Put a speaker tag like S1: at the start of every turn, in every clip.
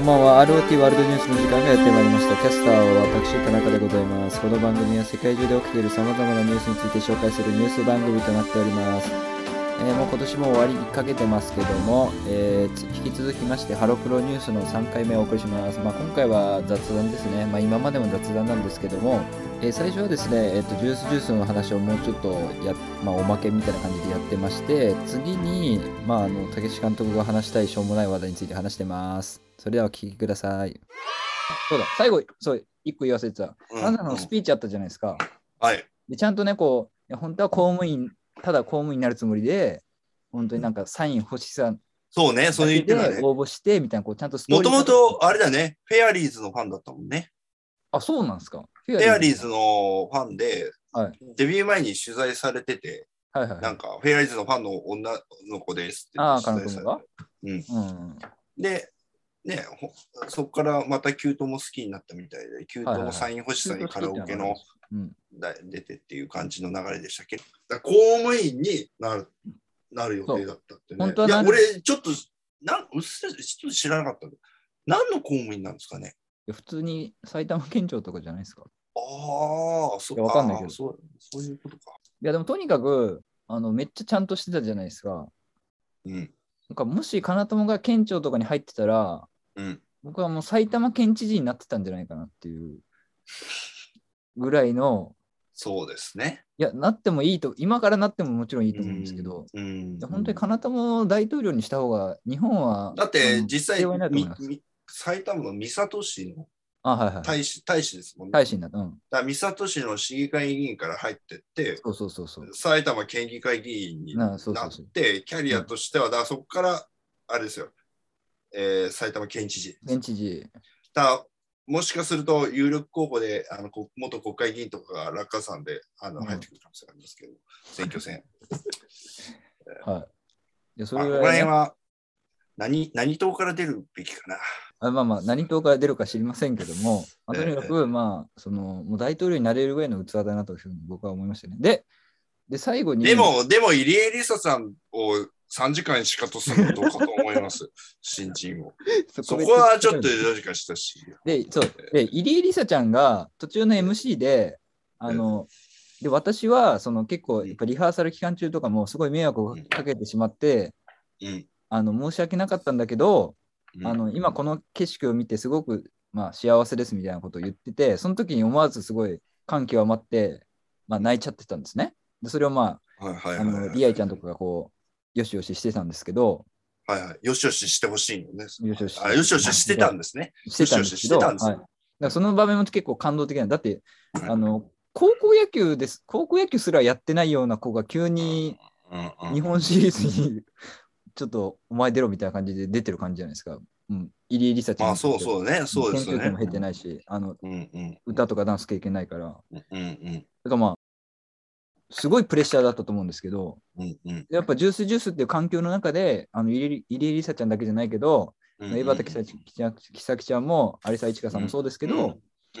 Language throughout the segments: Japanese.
S1: んばんは ROT ワールドニュースの時間がやってまいりましたキャスターは私田中でございますこの番組は世界中で起きている様々なニュースについて紹介するニュース番組となっております、えーもう今年も終わりかけてますけども、えーつ引き続きましてハロプロニュースの3回目をお送りします、まあ、今回は雑談ですね、まあ、今までも雑談なんですけども、えー最初はですね、えーとジュースジュースの話をもうちょっとや、まあ、おまけみたいな感じでやってまして次に、まあ、あの武志監督が話したいしょうもない話題について話してますそれではお聞きくださいそうだ最後そう一個言わせてた
S2: うん
S1: あなたのスピーチあったじゃないですか
S2: はい。
S1: でちゃんとねこういや本当は公務員ただ公務員になるつもりで本当になんかサイン欲しさ
S2: そうね、それ言ってた
S1: で
S2: ね。
S1: 応募してみたいなこうちゃんとストー
S2: も
S1: リ
S2: と
S1: ー
S2: もと、あれだね、フェアリーズのファンだったもんね。
S1: あそうなんですかフ
S2: フェアリーズのファンで、
S1: はい
S2: デビュー前に取材されてて、
S1: はいはいは
S2: ないんか、フェアリーズのファンの女の子ですって
S1: ああ
S2: 取
S1: 彼
S2: 材
S1: 女
S2: され
S1: が
S2: う
S1: う
S2: ん
S1: ん
S2: て。で、ね、ほそこからまたキュートも好きになったみたいで、キュートのサイン欲しさにカラオケの、
S1: うん
S2: だ出てっていう感じの流れでしたっけだから公務員になるなる予定だったって
S1: そ
S2: ね。
S1: う本当はい
S2: や、
S1: なんで
S2: 俺、ちょっと、なんうっすらちょっと知らなかったんだ何の公務員なんですかね
S1: いや普通に埼玉県庁とかじゃないですか
S2: ああ、そ
S1: いや
S2: う
S1: わかんないけど
S2: あーそう。そういうことか。
S1: いやでもとにかくあのめっちゃちゃんとしてたじゃないですか
S2: うん。
S1: なんかもし金友が県庁とかに入ってたら
S2: うん。
S1: 僕はもう埼玉県知事になってたんじゃないかなっていうぐらいの
S2: そうですね。
S1: いや、なってもいいと、今からなってももちろんいいと思うんですけど、
S2: うん
S1: いや本当に金友を大統領にした方が、日本は。
S2: だっ
S1: あ
S2: て、
S1: の
S2: 実
S1: 必
S2: 際
S1: 要ないと思い
S2: み
S1: ます、
S2: み埼玉の三郷市の
S1: あ、はいはい。
S2: 大使大使ですもんね。
S1: 大使になった。うん。
S2: だから三郷市の市議会議員から入ってって、
S1: そうそうそうそう。
S2: 埼玉県議会議員にな
S1: な
S2: っ
S1: そうそうそう
S2: て、キャリアとしては、だからそこから、あれですよ、えー埼玉県知事。
S1: 県知事。
S2: だもしかすると、有力候補であのこ元国会議員とかが落下さんであの
S1: うん
S2: 入ってくる可能性がありますけど、選挙戦。
S1: はい。いや、そ
S2: まあ、
S1: れ
S2: こ
S1: ぐ
S2: こら
S1: らい
S2: 辺
S1: ね、
S2: は何何党から出るべきかな。
S1: あまあまあ、何党から出るか知りませんけども、まあ、とにかく、まあ、その、もう大統領になれるぐらいの器だなというふうに僕は思いましたね。で、で、最後に。
S2: で、も、でも入江理沙さんを3時間しかとするのどうかと思います、新人を。
S1: そ
S2: そこはちょっと
S1: で、
S2: 4時間したし。
S1: そう。で、入江梨沙ちゃんが途中の MC で、あの、で私はその結構やっぱリハーサル期間中とかもすごい迷惑をかけてしまって、
S2: うん
S1: あの申し訳なかったんだけど、
S2: うん
S1: あの今この景色を見てすごく、まあ、幸せですみたいなことを言っててその時に思わずすごい感極まって、まあ、泣いちゃってたんですね。でそれをま
S2: はいは
S1: あ
S2: い
S1: あ
S2: はいはい
S1: のリアイちゃんとかがこうよしよししてたんですけど
S2: はいはい。よしよししてほしいのね。
S1: よしよし
S2: あよしよししてたんですね。
S1: してたんですけど
S2: よしよししてたんですね
S1: はいだからその場面も結構感動的なんだって
S2: はい
S1: あの高校野球です高校野球すらやってないような子が急に
S2: うんうん
S1: 日本シリーズにちょっとお前出ろみたいな感じで出てる感じじゃないですか。うん、入江梨沙ちゃん
S2: ま
S1: も。
S2: あそうそうね。そうです
S1: 研究
S2: よね
S1: 権も。減ってないし、あの
S2: うんうん。
S1: 歌とかダンス経験ないから。だか
S2: うんうん
S1: らまあ、すごいプレッシャーだったと思うんですけど、
S2: うんうん。
S1: やっぱジュースジュースっていう環境の中で、あの入江入江梨沙ちゃんだけじゃないけど、
S2: う
S1: エ
S2: ん
S1: バタキサキちゃんキサキちゃんも有沙一華さんもそうですけど、
S2: うん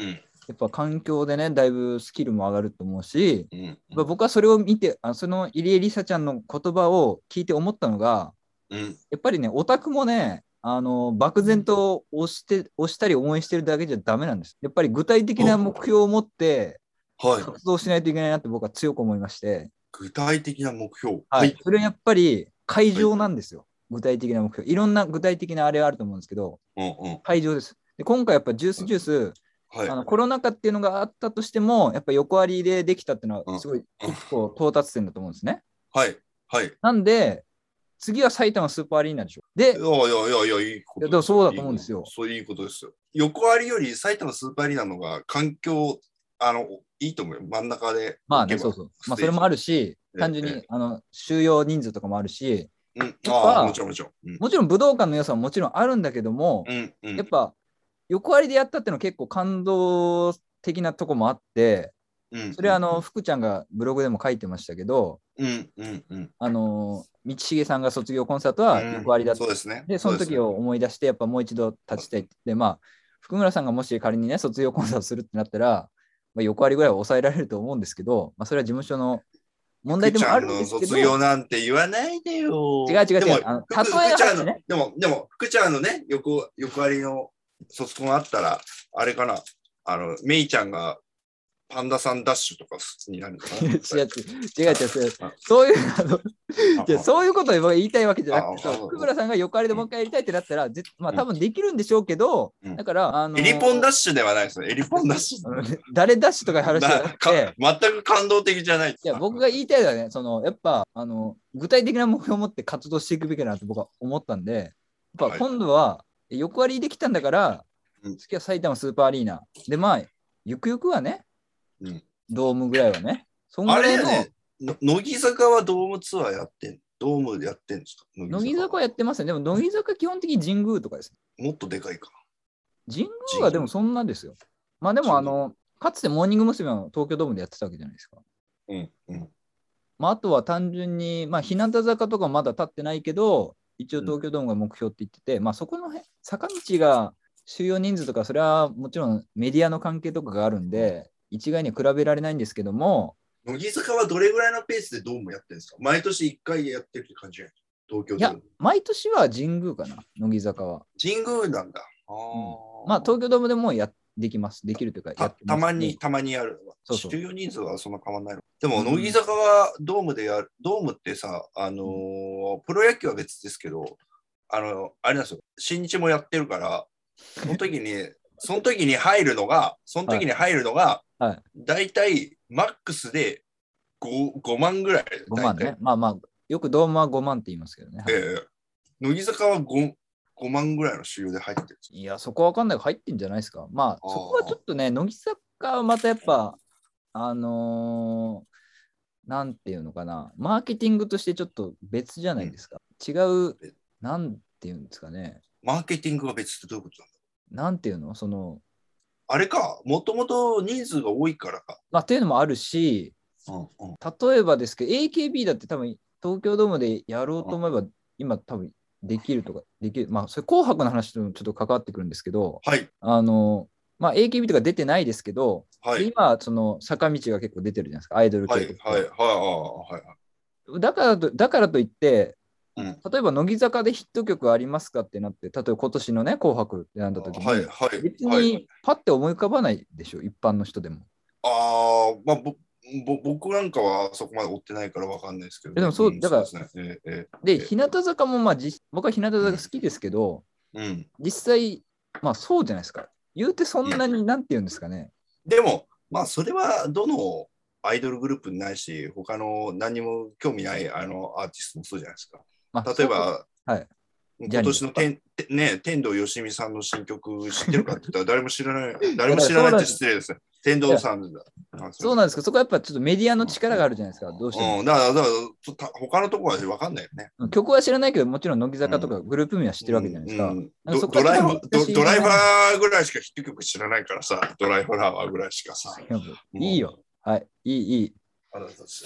S2: うん
S1: やっぱ環境でね、だいぶスキルも上がると思うし、
S2: うん
S1: やっぱ僕はそれを見て、あその入江梨沙ちゃんの言葉を聞いて思ったのが、
S2: うん。
S1: やっぱりね、オタクもね、あの漠然と押して押したり応援してるだけじゃダメなんです。やっぱり具体的な目標を持って
S2: はい。
S1: 活動しないといけないなって僕は強く思いまして、
S2: 具体的な目標。
S1: はい、。それはやっぱり会場なんですよ、具体的な目標。いろんな具体的なあれはあると思うんですけど、
S2: うんうん。
S1: 会場です。で今回やっぱジュースジュース、
S2: はい。
S1: あのコロナ禍っていうのがあったとしても、やっぱ横ありでできたっていうの
S2: う
S1: は
S2: ん
S1: すごい一個到達点だと思うんですね。
S2: はい。はい。
S1: なんで、次は埼玉スーパーアリーナでしょ。で
S2: い、やいやいやいや、いいこ
S1: いや
S2: と
S1: でも
S2: です。
S1: そうだと思うんですよ
S2: いいことそういういいことですよ。横ありより埼玉スーパーアリーナの方が環境、あの、いいと思うよ。真ん中で。
S1: まあね、そうそう。まあ、それもあるし、
S2: え
S1: 単純に
S2: え
S1: あの収容人数とかもあるし、
S2: うん。
S1: やっぱ
S2: ああ、もちろんもちろん。うん
S1: もちろん武道館の良さももちろんあるんだけども、
S2: うんうん
S1: やっぱ横割りでやったっていうのは結構感動的なとこもあって、
S2: うん
S1: それはあの、、福ちゃんがブログでも書いてましたけど、
S2: うんうんうん。
S1: あの、道重さんが卒業コンサートは横割りだった
S2: そうですね。
S1: で、その時を思い出して、やっぱもう一度立ちたいって。で、まあ、福村さんがもし仮にね、卒業コンサートするってなったら、まあ、横割りぐらいは抑えられると思うんですけど、まあ、それは事務所の問題
S2: 福
S1: で
S2: ち
S1: もあ
S2: ゃ
S1: る
S2: ん
S1: んで
S2: の
S1: すけど、
S2: 卒業なんて言わないでよ。
S1: 違う違う違う
S2: でも
S1: あの
S2: 福
S1: 例え
S2: 福ちゃん
S1: 話ね
S2: の、でも、でも、福ちゃんのね、横、横ありの卒コンあったら、あれかな、あの、メイちゃんがパンダさんダッシュとか普通になるのか
S1: 違う違
S2: な。
S1: う違う違うそう
S2: あ
S1: そういうあのいや
S2: う
S1: そういうことを僕は言いたいわけじゃなくて
S2: あ
S1: そう福村さんがよくあれでもう一回やりたいってなったら、ぜまあ
S2: うん
S1: 多分できるんでしょうけど、
S2: うん
S1: だからあの
S2: エリポンダッシュではないですね。エリポンダッシュ。
S1: うん誰ダッシュとかいう 話じゃな
S2: な
S1: く
S2: か
S1: て。
S2: 全く感動的じゃないです
S1: いや僕が言いたいのはね、そのやっぱあの具体的な目標を持って活動していくべきだなと僕は思ったんで、やっ
S2: は
S1: ぱ
S2: い
S1: 今度は横割りできたんだから、
S2: うん
S1: 次は埼玉スーパーアリーナ。で、まあ、ゆくゆくはね、
S2: うん
S1: ドームぐらいはね、そんぐ
S2: あ
S1: ら
S2: れ
S1: いの、
S2: ね、の乃木坂はドームツアーやってん、ドームでやってんですか
S1: 乃木坂はやってますね。でも乃木坂基本的に神宮とかです。
S2: もっとでかいか。
S1: 神宮はでもそんなですよ。まあでもあの、かつてモーニング娘。は東京ドームでやってたわけじゃないですか。
S2: うん、うん。
S1: まあ、あとは単純に、まあ、日向坂とかまだ立ってないけど、一応東京ドームが目標って言ってて、まあそこの辺、坂道が収容人数とか、それはもちろんメディアの関係とかがあるんで、一概には比べられないんですけども、
S2: 乃木坂はどれぐらいのペースでドームやってんですか毎年1回やってるって感じじゃない東京
S1: い
S2: ド
S1: や
S2: ーム。、
S1: 毎年は神宮かな、乃木坂は。
S2: 神宮なんだ。あー
S1: まあ東京ドームでもやできます、できるというかや
S2: た
S1: ってす
S2: たまに、。たまにやる。
S1: そうそう
S2: 収容人数はそんな変わんないの。でも、
S1: うん
S2: 乃木坂はドームでやる、ドームってさ、あのープロ野球は別ですけど、あの、あれなんですよ、新日もやってるから、 その時に、その時に入るのが、その時に入るのが、
S1: はいはい
S2: 大体マックスで 5, 5万ぐらい。
S1: 5万ね。まあまあ、よくドームは5万って言いますけどね。
S2: 大体。ええ乃木坂は 5, 5万ぐらいの収容で入ってるんですよ
S1: いや、そこはわかんないが入ってんじゃないですか。まあ、
S2: あー
S1: そこはちょっとね、乃木坂はまたやっぱ、あのーなんていうのかな、マーケティングとしてちょっと別じゃないですか。違う
S2: え、
S1: なんていうんですかね、
S2: マーケティングは別ってどういうことなんだ
S1: なんていうの、その、
S2: あれか、もともと人数が多いからか。
S1: まあ、っていうのもあるし、
S2: うんうん
S1: 例えばですけど、AKB だって多分、東京ドームでやろうと思えば、今多分、できるとか、できる。まあ、それ、紅白の話ともちょっと関わってくるんですけど、
S2: はい、
S1: あの、まあ、AKB とか出てないですけど、
S2: はい。
S1: 今、その坂道が結構出てるじゃないですか、アイドル系
S2: はい、
S1: とか
S2: はい、はい、はい、はい。
S1: だからと。だからといって、
S2: うん
S1: 例えば乃木坂でヒット曲ありますかってなって、例えば今年のね、紅白ってなった時に、
S2: はい、はい。
S1: 別
S2: はい、
S1: にパッて思い浮かばないでしょ、一般の人でも。
S2: ああ、まあ、ぼ、ぼ、僕なんかはそこまで追ってないからわかんないですけど。
S1: でもそうんだから
S2: そうですね。え
S1: で、
S2: え
S1: 日向坂も、まあ、実僕は日向坂好きですけど、
S2: えうん。
S1: 実際、まあそうじゃないですか。言うてそんなに、なんて言うんですかね。
S2: でも、まあ、それはどのアイドルグループにないし、他の何にも興味ないあのアーティストもそうじゃないですか。
S1: まあ、
S2: 例え
S1: そう、
S2: ば、
S1: はい
S2: 今年の天てね、天童よしみさんの新曲知ってるかって言ったら誰も知ら ない、誰も知らないって失礼ですね。天童さんだ。
S1: そうなんですけど、そこはやっぱちょっとメディアの力があるじゃないですか、どうしても。
S2: うん、だから、だからちょた他のところはわかんないよね。
S1: 曲は知らないけど、もちろん乃木坂とかグループ名は知ってるわけじゃないですか。
S2: うんうん
S1: なんか
S2: ド
S1: そこ
S2: ド
S1: は
S2: ライ
S1: ちょ
S2: バ
S1: っ
S2: ー
S1: と難
S2: ド
S1: しい
S2: ドライバ
S1: な
S2: ーぐらいしかヒット曲知らないからさ、ドライフラワーぐらいしかさ。うん
S1: いいよ。。はい、いい、いい。
S2: あなたたち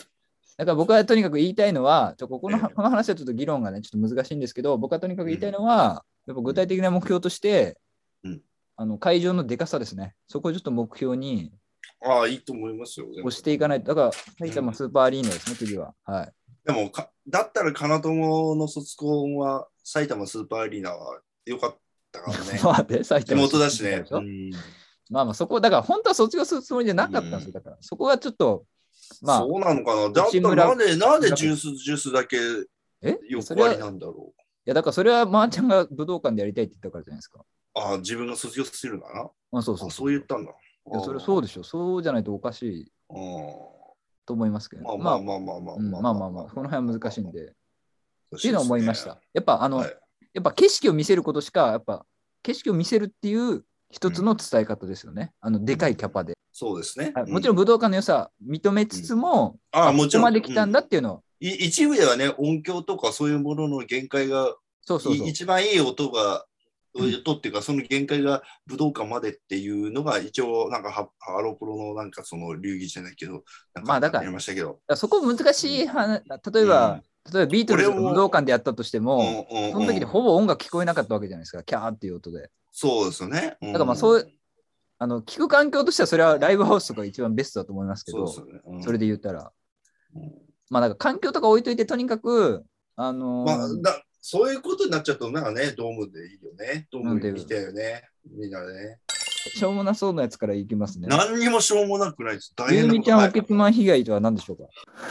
S1: だから僕はとにかく言いたいのは、ちょここの
S2: ええ
S1: この話はちょっと議論がね、ちょっと難しいんですけど、僕はとにかく言いたいのは、やっぱ具体的な目標として、
S2: うん
S1: あの会場のでかさですね、そこをちょっと目標に
S2: ああ、いいと思いますよ。でも
S1: 押していかないと、だから埼玉スーパーアリーナですね、次は。はい、。
S2: でもか、だったら、かなともの卒コンは、埼玉スーパーアリーナは良かったからね
S1: まあね埼
S2: 地
S1: 玉
S2: 元だしね。うん
S1: まあまあ、そこ、だから本当は卒業するつもりじゃなかったんですよ、だから。そこはちょっと、まあ
S2: そ、うなのかな。だった
S1: 内
S2: ら、
S1: 村
S2: なんで、なんでジュース、ジュースだけ
S1: えそれは
S2: 横割
S1: い
S2: りなんだろう。
S1: や、だからそれはまーちゃんが武道館でやりたいって言ったからじゃないですか。
S2: ああ、自分が卒業するのかな。
S1: あそうそ
S2: あ
S1: う
S2: そう言ったんだ。
S1: いやそれそうでしょ、そうじゃないとおかしい
S2: あ
S1: と思いますけど、
S2: あまあまあまあまあ
S1: うんまあまあまあ、この辺は難しいん。で。っ
S2: って
S1: いうのは思いました。。やっぱあの、
S2: はい
S1: やっぱ景色を見せることしか、やっぱ景色を見せるっていう一つの伝え方ですよね。あのでかいキャパで、
S2: そうですね
S1: はい。もちろん
S2: ん、
S1: 武道館の良さ認めつつも、
S2: ああも
S1: こ
S2: ち
S1: こ
S2: ろん。
S1: まで来たんだ
S2: う
S1: っていうのを、
S2: い一部ではね、音響とかそういうものの限界が、
S1: そうそう
S2: い
S1: そう。
S2: 一番いい音が、
S1: うん
S2: 音っていうか、その限界が武道館までっていうのが、一応、なんかハ、ハロプロのなんかその流儀じゃないけど、なん
S1: まあだから
S2: やりましたけど。
S1: だからそこ難しい話、例えば、例えばビートルズが
S2: これも
S1: 武道館でやったとして
S2: うん
S1: も、
S2: うんうん
S1: その時にほぼ音楽聞こえなかったわけじゃないですか、キャーっていう音で。
S2: そうですよね。だ
S1: だからまあそうあの聞く環境としては、それはライブハウスとかが一番ベストだと思いますけ
S2: そ
S1: ど、
S2: うです
S1: そ
S2: よね。うん
S1: れで言ったら。
S2: うん
S1: まあなんか環境とか置いといて、とにかく、あのー
S2: まあ、だそういうことになっちゃうと、なんかね、ドームでいいよね。ドーム
S1: なん
S2: に
S1: で
S2: 来たよね。みんなね。
S1: しょうもなそうなやつからいきますね。
S2: 何にもしょうもなくないです。大
S1: ゆ
S2: 変
S1: う
S2: な
S1: み
S2: こ
S1: ち
S2: と
S1: ゃん
S2: は
S1: 補
S2: い
S1: 欠マン被害とは何でしょうか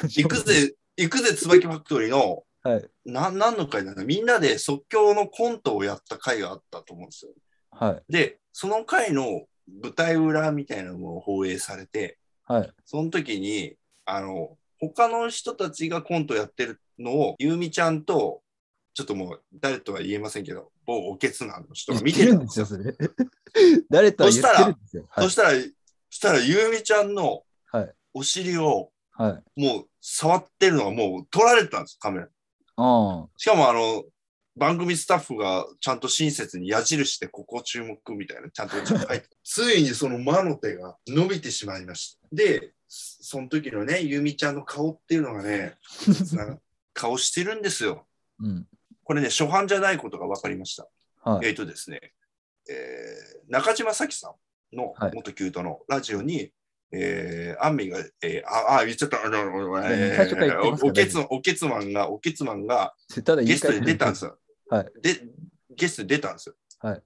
S2: 行くぜ、行くぜ、椿ファクトリーの、
S1: はい
S2: な何の会なんだみんなで即興のコントをやった会があったと思うんですよ。
S1: はい。
S2: で、その回の舞台裏みたいなのも放映されて、
S1: はい
S2: その時に、あの、他の人たちがコントやってるのを、ゆうみちゃんと、ちょっともう誰とは言えませんけど、某おけつなの人が見て
S1: 言
S2: た
S1: ってるんですよ、それ。 誰とは言ってるんですよ。はい
S2: そしたら、そしたらゆうみちゃんの
S1: はい
S2: お尻を
S1: はい。
S2: もう触ってるのがもう撮られてたんです、カメラ。
S1: あ
S2: しかもあの、番組スタッフがちゃんと親切に矢印でここ注目みたいな、ちゃんとちゃんと入って、ついにその魔の手が伸びてしまいました。で、その時のね、ゆみちゃんの顔っていうのがね、なんか顔してるんですよ。
S1: あ。うん。
S2: これね、初版じゃないことが分かりました。
S1: はい。
S2: えっ、とですね、えー中島咲さんの
S1: はい
S2: 元キュートのラジオに、えーアンミが、えーああ、言っちゃった、あのえー
S1: 最初から言ってますから
S2: おおけつおけつマンが、おけつマンが、
S1: ただ言
S2: ゲ
S1: い
S2: ストで
S1: 換え。
S2: 出たんですすよ。
S1: はい
S2: で、ゲストで出たんですよ。
S1: はい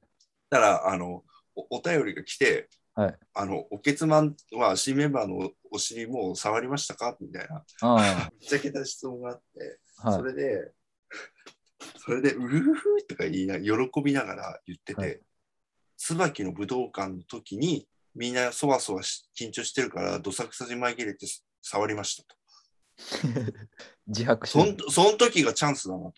S2: だから、あの、おお便りが来て、
S1: はい
S2: あの、おけつまんは新メンバーのお尻もう触りましたかみたいな、
S1: あ
S2: ぶっちゃけた質問があって、
S1: あ。は
S2: そ
S1: い。
S2: れで、それで、うふふとか言いな、喜びながら言ってて、
S1: はい
S2: 椿の武道館の時に、みんなそわそわし緊張してるから、どさくさに紛れて触りましたと。
S1: 自白して
S2: そ
S1: る
S2: んその時がチャンスだなと。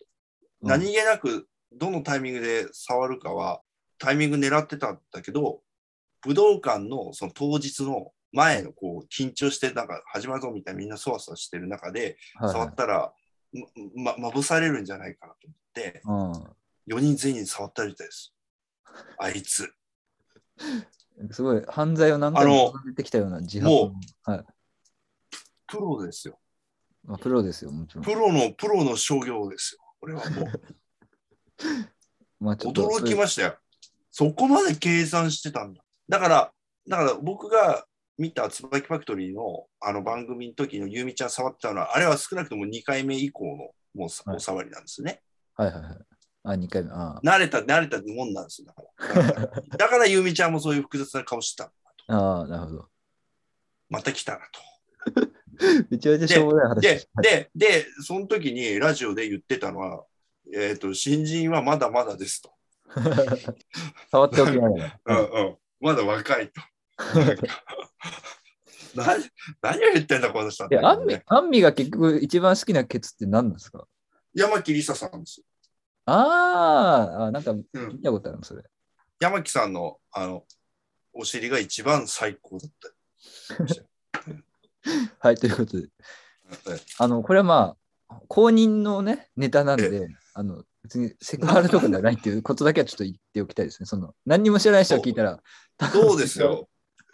S1: うん
S2: 何気なくどのタイミングで触るかはタイミング狙ってたんだけど武道館のその当日の前のこう緊張してなんか始まるぞみたいなみんなそわそわしてる中で触
S1: は
S2: ったらまままぶされるんじゃないかなと思って
S1: い。
S2: 4人全員触ったみたいですあいつ
S1: うん。すごい、犯罪を何回も
S2: あ
S1: 重ねてきたような自白の。はい。
S2: プロですよ
S1: まあ、プロですよ、もちろん
S2: プ。ロのプロの商業ですよこれはもう
S1: ま あ、ちょっと。
S2: 驚きましたよそこまで計算してたんだだからだから僕が見た椿ファクトリーのあの番組の時のゆうみちゃん触ってたのは、あれは少なくとも2回目以降のもうさ
S1: はい
S2: お触りなんですね。
S1: はいはいはい。あ、二回目。あ
S2: 慣れた、慣れたもんなんですよ。だか ら、だからだからゆうみちゃんもそういう複雑な顔してた。
S1: あ。ああ、なるほど。
S2: また来たなと。
S1: めちゃめちゃしょうもない話
S2: で
S1: し、た
S2: で、で、その時にラジオで言ってたのは、えっ、と、新人はまだまだですと。
S1: 触っておきながら。
S2: うんうん、まだ若 いと。なんか何何を言ってんだ、この人は。
S1: え、アンミ、アンミが結局一番好きなケツって何なんですか
S2: 山木りささんです。
S1: あーあ、なんか
S2: うん
S1: 見たことあるの、それ。
S2: 山木さんのあのお尻が一番最高だ っ
S1: はい、ということで、
S2: た。え
S1: あの、これはまあ、公認のね、ネタなんで、あの、別にセクハラとかではないっていうことだけはちょっと言っておきたいですね。その、何にも知らない人が聞いたら、
S2: えどうですよ。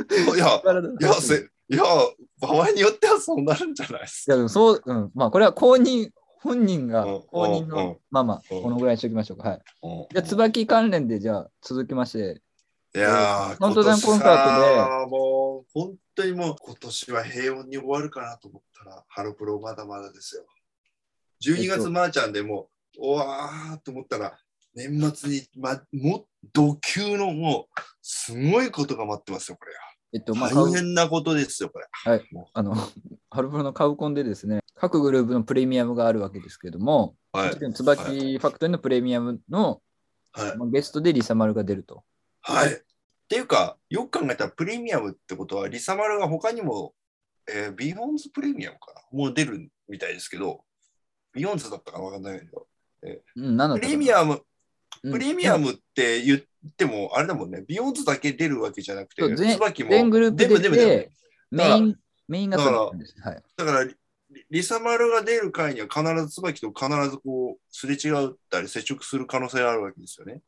S2: いや
S1: セク、ハラだない
S2: や、せいや、場合によってはそうなるんじゃないです
S1: い
S2: か。
S1: やでもそう、うん、まあ、これは公認、本人が
S2: うん
S1: 公認
S2: うんう
S1: の
S2: ん、
S1: まあまあ、
S2: うん
S1: このぐらいにしておきましょうか。はい。
S2: うん
S1: じゃあ、椿関連で、じゃあ、続きまして、
S2: いやー、
S1: カウントダウンコンサー
S2: トで。もう、本当にもう、今年は平穏に終わるかなと思ったら、ハロプロまだまだですよ。12
S1: えっ
S2: 月
S1: と
S2: マーちゃんでもう、おわーと思ったら、年末に、ま、も、土級のもう、すごいことが待ってますよ、これ。
S1: えっと、まあ、
S2: 大変なことですよ、これ。
S1: あの、 ハロプロのカウコンでですね、各グループのプレミアムがあるわけですけども、
S2: はい。
S1: 椿ファクトリーのプレミアムの、
S2: はい。
S1: まあゲストでリサマルが出ると。
S2: はい。っていうか、よく考えたらプレミアムってことは、リサマルが他にも、えービヨンズプレミアムかなもう出るみたいですけど、ビヨンズだったかわかんないけど、
S1: うん、なんだっ
S2: プ
S1: たかな
S2: レミアム、
S1: うん
S2: プレミアムって言っても、あれだもんね、ビヨンズだけ出るわけじゃなくて
S1: そう、全
S2: 椿も、
S1: 全グループ出て
S2: 全部出る
S1: メイン、メインがそうなんです。はい。
S2: だからリ、リサマルが出る回には必ず椿と必ずこう、すれ違ったり接触する可能性があるわけですよね。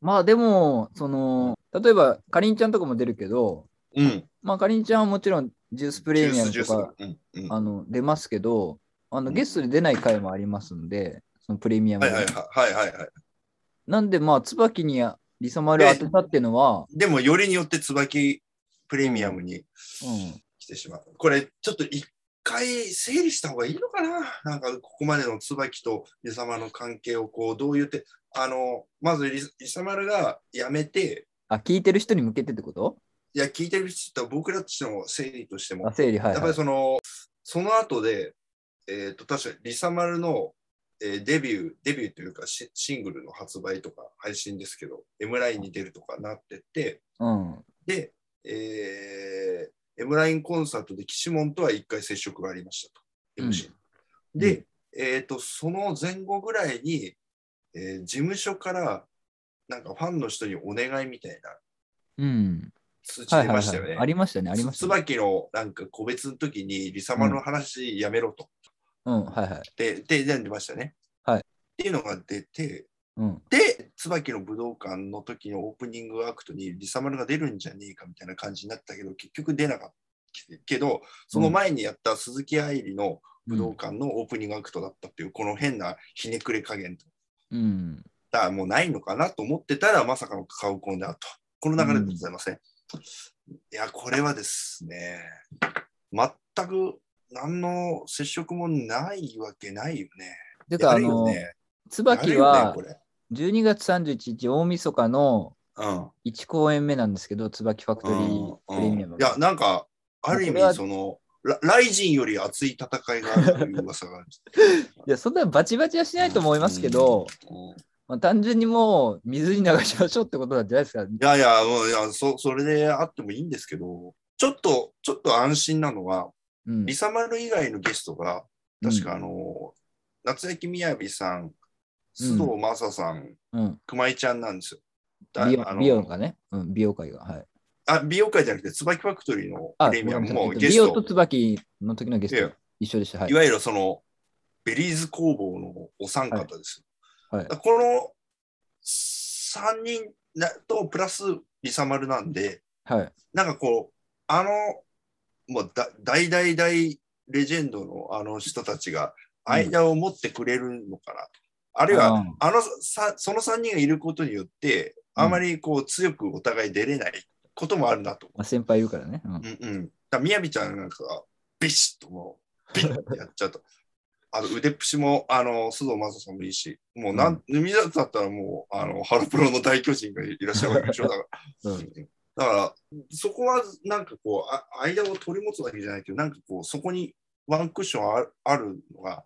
S1: まあ、でも、その、例えば、かりんちゃんとかも出るけど、
S2: うん。
S1: まあ、かりんちゃんはもちろん、ジュースプ
S2: ジ
S1: レ
S2: ュ
S1: ミア
S2: ース、
S1: ム
S2: ジュ
S1: と
S2: ース。
S1: か、
S2: うんうん
S1: あの、出ますけど、あの、
S2: うん
S1: ゲストで出ない回もありますんで、そのプレミアム
S2: はい
S1: で。
S2: はいはいはいはい。
S1: なんで、まあ、椿にリサマル当てたっていうのは、
S2: でも、よりによって椿プレミアムに
S1: うん。
S2: 来てしまう。これ、ちょっと一回整理した方がいいのかななんかここまでの椿とリサマルの関係をこうどう言ってあのまずリリサマルが辞めて
S1: あ、聞いてる人に向けてってこと
S2: いや聞いてる人は僕らとしても整理としても
S1: あ、整理、はい、
S2: やっ
S1: は
S2: ぱ
S1: い
S2: り。その、その後で、えっ、と、確かリサマルの、えーデビュー、デビューというかシ、シングルの発売とか配信ですけど、M ラインに出るとかなってって、
S1: うん。
S2: で、えー、M ラインコンサートで岸本とは一回接触がありましたと、MC。で、えっ、と、その前後ぐらいに、えー事務所から、なんかファンの人にお願いみたいな
S1: うん。
S2: 通知
S1: はい
S2: 出
S1: はい
S2: ましたよ
S1: は
S2: ね。
S1: い。ありましたね、ありましたね。
S2: 椿のなんか個別の時に、リサマルの話やめろと。
S1: うん、はいはい。
S2: で、で、出ましたね。
S1: はい
S2: っていうのが出て、
S1: うん。
S2: で、椿の武道館の時のオープニングアクトにリサマルが出るんじゃねえかみたいな感じになったけど、結局出なかったけど、その前にやった鈴木愛理の武道館のオープニングアクトだったっていう、この変なひねくれ加減と。
S1: うん。
S2: だからもうないのかなと思ってたら、まさかのカウコンだと。この流れでございません。いや、これはですね、全く何の接触もないわけないよね。
S1: てか、あ
S2: やるよ
S1: の、
S2: ね
S1: 椿
S2: や
S1: は
S2: るよね
S1: 12月31日大晦日の
S2: これうん
S1: 1公演目なんですけど、椿ファクトリープレミアム
S2: い。や、なんか、ある意
S1: これは
S2: 味、その、ラライジンより熱い戦いがあるという噂がある。
S1: いや、そんなバチバチはしないと思いますけど、
S2: うん、うん
S1: まあ、単純にもう水に流しましょうってことなんじゃないですか。
S2: いやいや、もういやそ、それであってもいいんですけど、ちょっと、ちょっと安心なのは、
S1: うん
S2: リ、サマル以外のゲストが、確
S1: う
S2: か
S1: ん
S2: あの、夏焼みやびさん、須藤正さん、
S1: うん、
S2: 熊井ちゃんなんですよ。だ
S1: 美
S2: あ
S1: 容
S2: の
S1: 美容がね、うん、美容会が。はい、
S2: あ美容界じゃなくて、椿ファクトリーの
S1: あ
S2: プレミア
S1: ご
S2: ム
S1: めん
S2: も
S1: なさいえっと
S2: ゲ
S1: 美
S2: ス
S1: 容と
S2: ト、
S1: 椿の時のゲス
S2: い
S1: ト
S2: や
S1: 一緒でした。はい
S2: い、わゆるそのベリーズ工房のお三方です。
S1: はいはい
S2: だからこの3人だとプラスリサマルなんで、
S1: はい、
S2: なんかこう、あの、もうだ大大大レジェンドのあの人たちが間を持ってくれるのかなと。あるいは、
S1: うん
S2: あのさその3人がいることによって、
S1: うん
S2: あまりこう強くお互い出れないこともあるなと。
S1: まあ、先輩いるからね。うん
S2: うんうん。だからみやびちゃんなんかがビシッともう、ビッてやっちゃうと。あの腕っぷしも、あの、須藤正さんもいいし、もうなん、海里だったらもう、あの、ハロプロの大巨人がいらっしゃるわけでしょ。だから、
S1: うん
S2: だから、そこはなんかこう、あ間を取り持つわけじゃないけど、なんかこう、そこにワンクッションあるあるのが、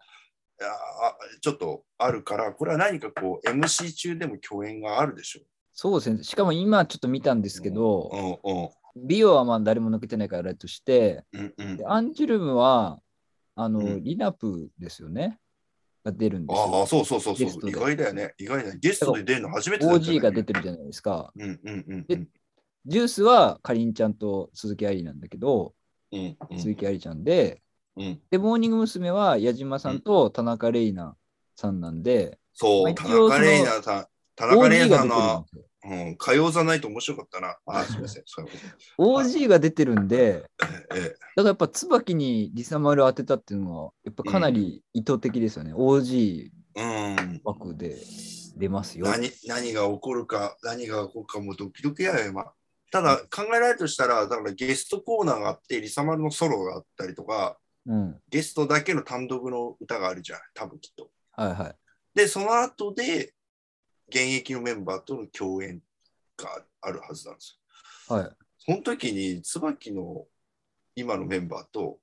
S2: いやあちょっとあるから、これは何かこう、MC 中でも共演があるでしょ
S1: そうですね。しかも今ちょっと見たんですけど、
S2: う。
S1: 美容はまあ誰も抜けてないからあれとして、
S2: うんうん。うんうん
S1: で、アンジュルムはあの、
S2: うん
S1: リナプですよね。が出るんです
S2: ああ、
S1: よ。
S2: そうそうそうそ
S1: ゲスト
S2: う。
S1: で
S2: 意外だよね。意外だね。ゲストで出るの初めてだよね
S1: OG が出てるじゃないですか。
S2: うんうんうん
S1: でジュースはかりんちゃんと鈴木愛理なんだけど、
S2: うんうん
S1: 鈴木愛理ちゃんで、
S2: うん。
S1: で、モーニング娘。は矢島さんと田中玲奈さんなんで、
S2: そ
S1: まあ
S2: う、
S1: 一
S2: 田
S1: 応
S2: 中玲奈さん、田中
S1: OG が
S2: 玲奈
S1: 出てる
S2: の
S1: ん、ですよ。
S2: うん、火曜座ないと面白かったな。あ、すみません。そういうこ
S1: OG が出てるんで、
S2: とえ
S1: だからやっぱ椿にリサマル当てたっていうのは、やっぱかなり意図的ですよね。OG
S2: えうん。
S1: 枠で出ますよ。
S2: 何何が起こるか、何が起こるかもうドキドキやよ、今。ただ考えられるとしたら、だからゲストコーナーがあって、リサマルのソロがあったりとか、
S1: うん。
S2: ゲストだけの単独の歌があるじゃん、多分きっと。
S1: はいはい。
S2: で、その後で、現役のメンバーとの共演があるはずなんですよ。
S1: はい。
S2: その時に椿の今のメンバーと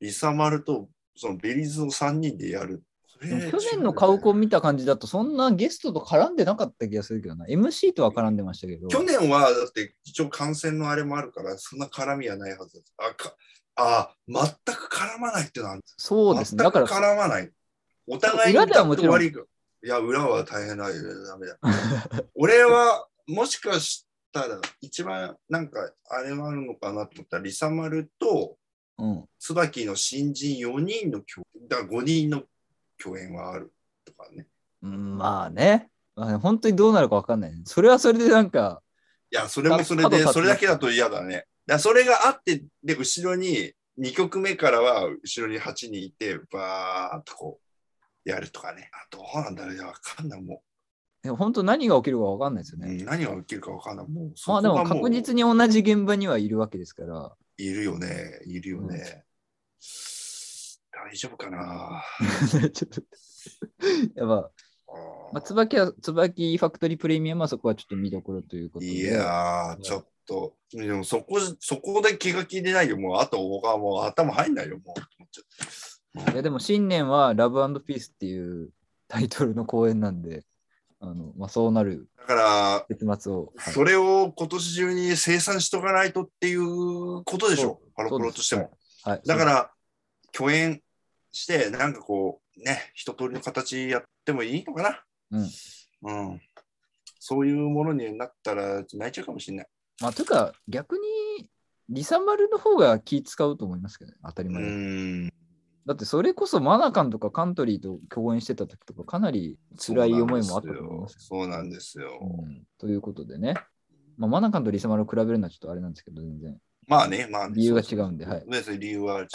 S2: リサマルとそのベリーズの3人でやる。それ
S1: でも去年のカウコン見た感じだと、そんなゲストと絡んでなかった気がするけどな。MC とは絡んでましたけど。
S2: 去年はだって一応感染のあれもあるからそんな絡みはないはずです。あかあ全く絡まないってのは
S1: そうですね。だ
S2: 全く
S1: から、
S2: 絡まない。お互い
S1: 裏ではもちろん
S2: だって悪いいや、裏は大変だよ。ダメだ。俺は、もしかしたら、一番、なんか、あれはあるのかなと思ったら、リサマルと、
S1: うん。
S2: 椿の新人4人の共だから5人の共演はあるとかね。
S1: うんまあね。まあ本当にどうなるかわかんないね。それはそれでなんか、
S2: いや、それもそれ
S1: 角立
S2: で、
S1: ってます
S2: それだけだと嫌だね。だからそれがあって、で、後ろに、2曲目からは後ろに8人いて、バーっとこう、やるとかね。あどうなんだろういや、わかんない。も
S1: でも本当何が起きるかわかんないですよ
S2: う、
S1: ね。
S2: うん何が起きるかわかんない。もう、そ
S1: まあ
S2: こ
S1: で
S2: が
S1: も確実に
S2: に。
S1: 同じ現場にはいるわけですから、
S2: いるよね、いるよね。大丈夫かな。
S1: ちょっと。やば。まあ、椿は、椿ファクトリープレミアムはそこはちょっと見どころということで。
S2: いやー、ちょっと、でもそこ、そこで気が気でないよ。もう、あと僕はもう頭入んないよ。もう、思っちゃった
S1: いやでも新年はラブピースっていうタイトルの公演なんで、あのまあ、そうなる
S2: だから、
S1: 結末を。はい
S2: それを今年中に生産しとかないとっていうことでしょ。ハロプロとしても。。
S1: はい、
S2: だから、共演して、なんかこう、ね、一通りの形やってもいいのかな。
S1: うん
S2: うんそういうものになったら泣いちゃうかもしれない。
S1: まあ、というか、逆に、リサマルの方が気使うと思いますけどね、当たり
S2: う
S1: 前だけど。
S2: ん。
S1: だって、それこそマナカンとかカントリーと共演してた時とか、かなり辛い思いもあったと思いますよ
S2: そうなんですよ。そうなんで
S1: う
S2: すよ
S1: んということでね、まあ、マナカンとリサマルを比べるのはちょっとあれなんですけど、全然。
S2: まあね、まあね、
S1: 理由が違うんで、はい。
S2: 別に理由は、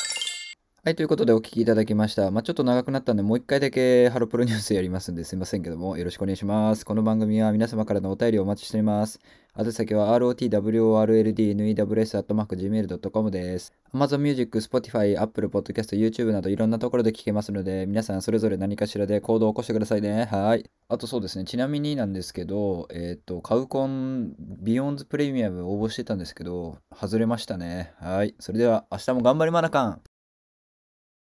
S1: はい、ということでお聞きいただきました。まあ、ちょっと長くなったんで、もう一回だけハロプロニュースやりますんですいませんけども、よろしくお願いします。この番組は皆様からのお便りをお待ちしております。宛先は rotworldnews.gmail.com です。Amazon Music、Spotify、Apple Podcast、YouTube などいろんなところで聞けますので、皆さんそれぞれ何かしらで行動を起こしてくださいね。はい。あとそうですね、ちなみになんですけど、えっ、と、カウコンビヨンズプレミアム応募してたんですけど、外れましたね。はい。それでは明日も頑張りマナカン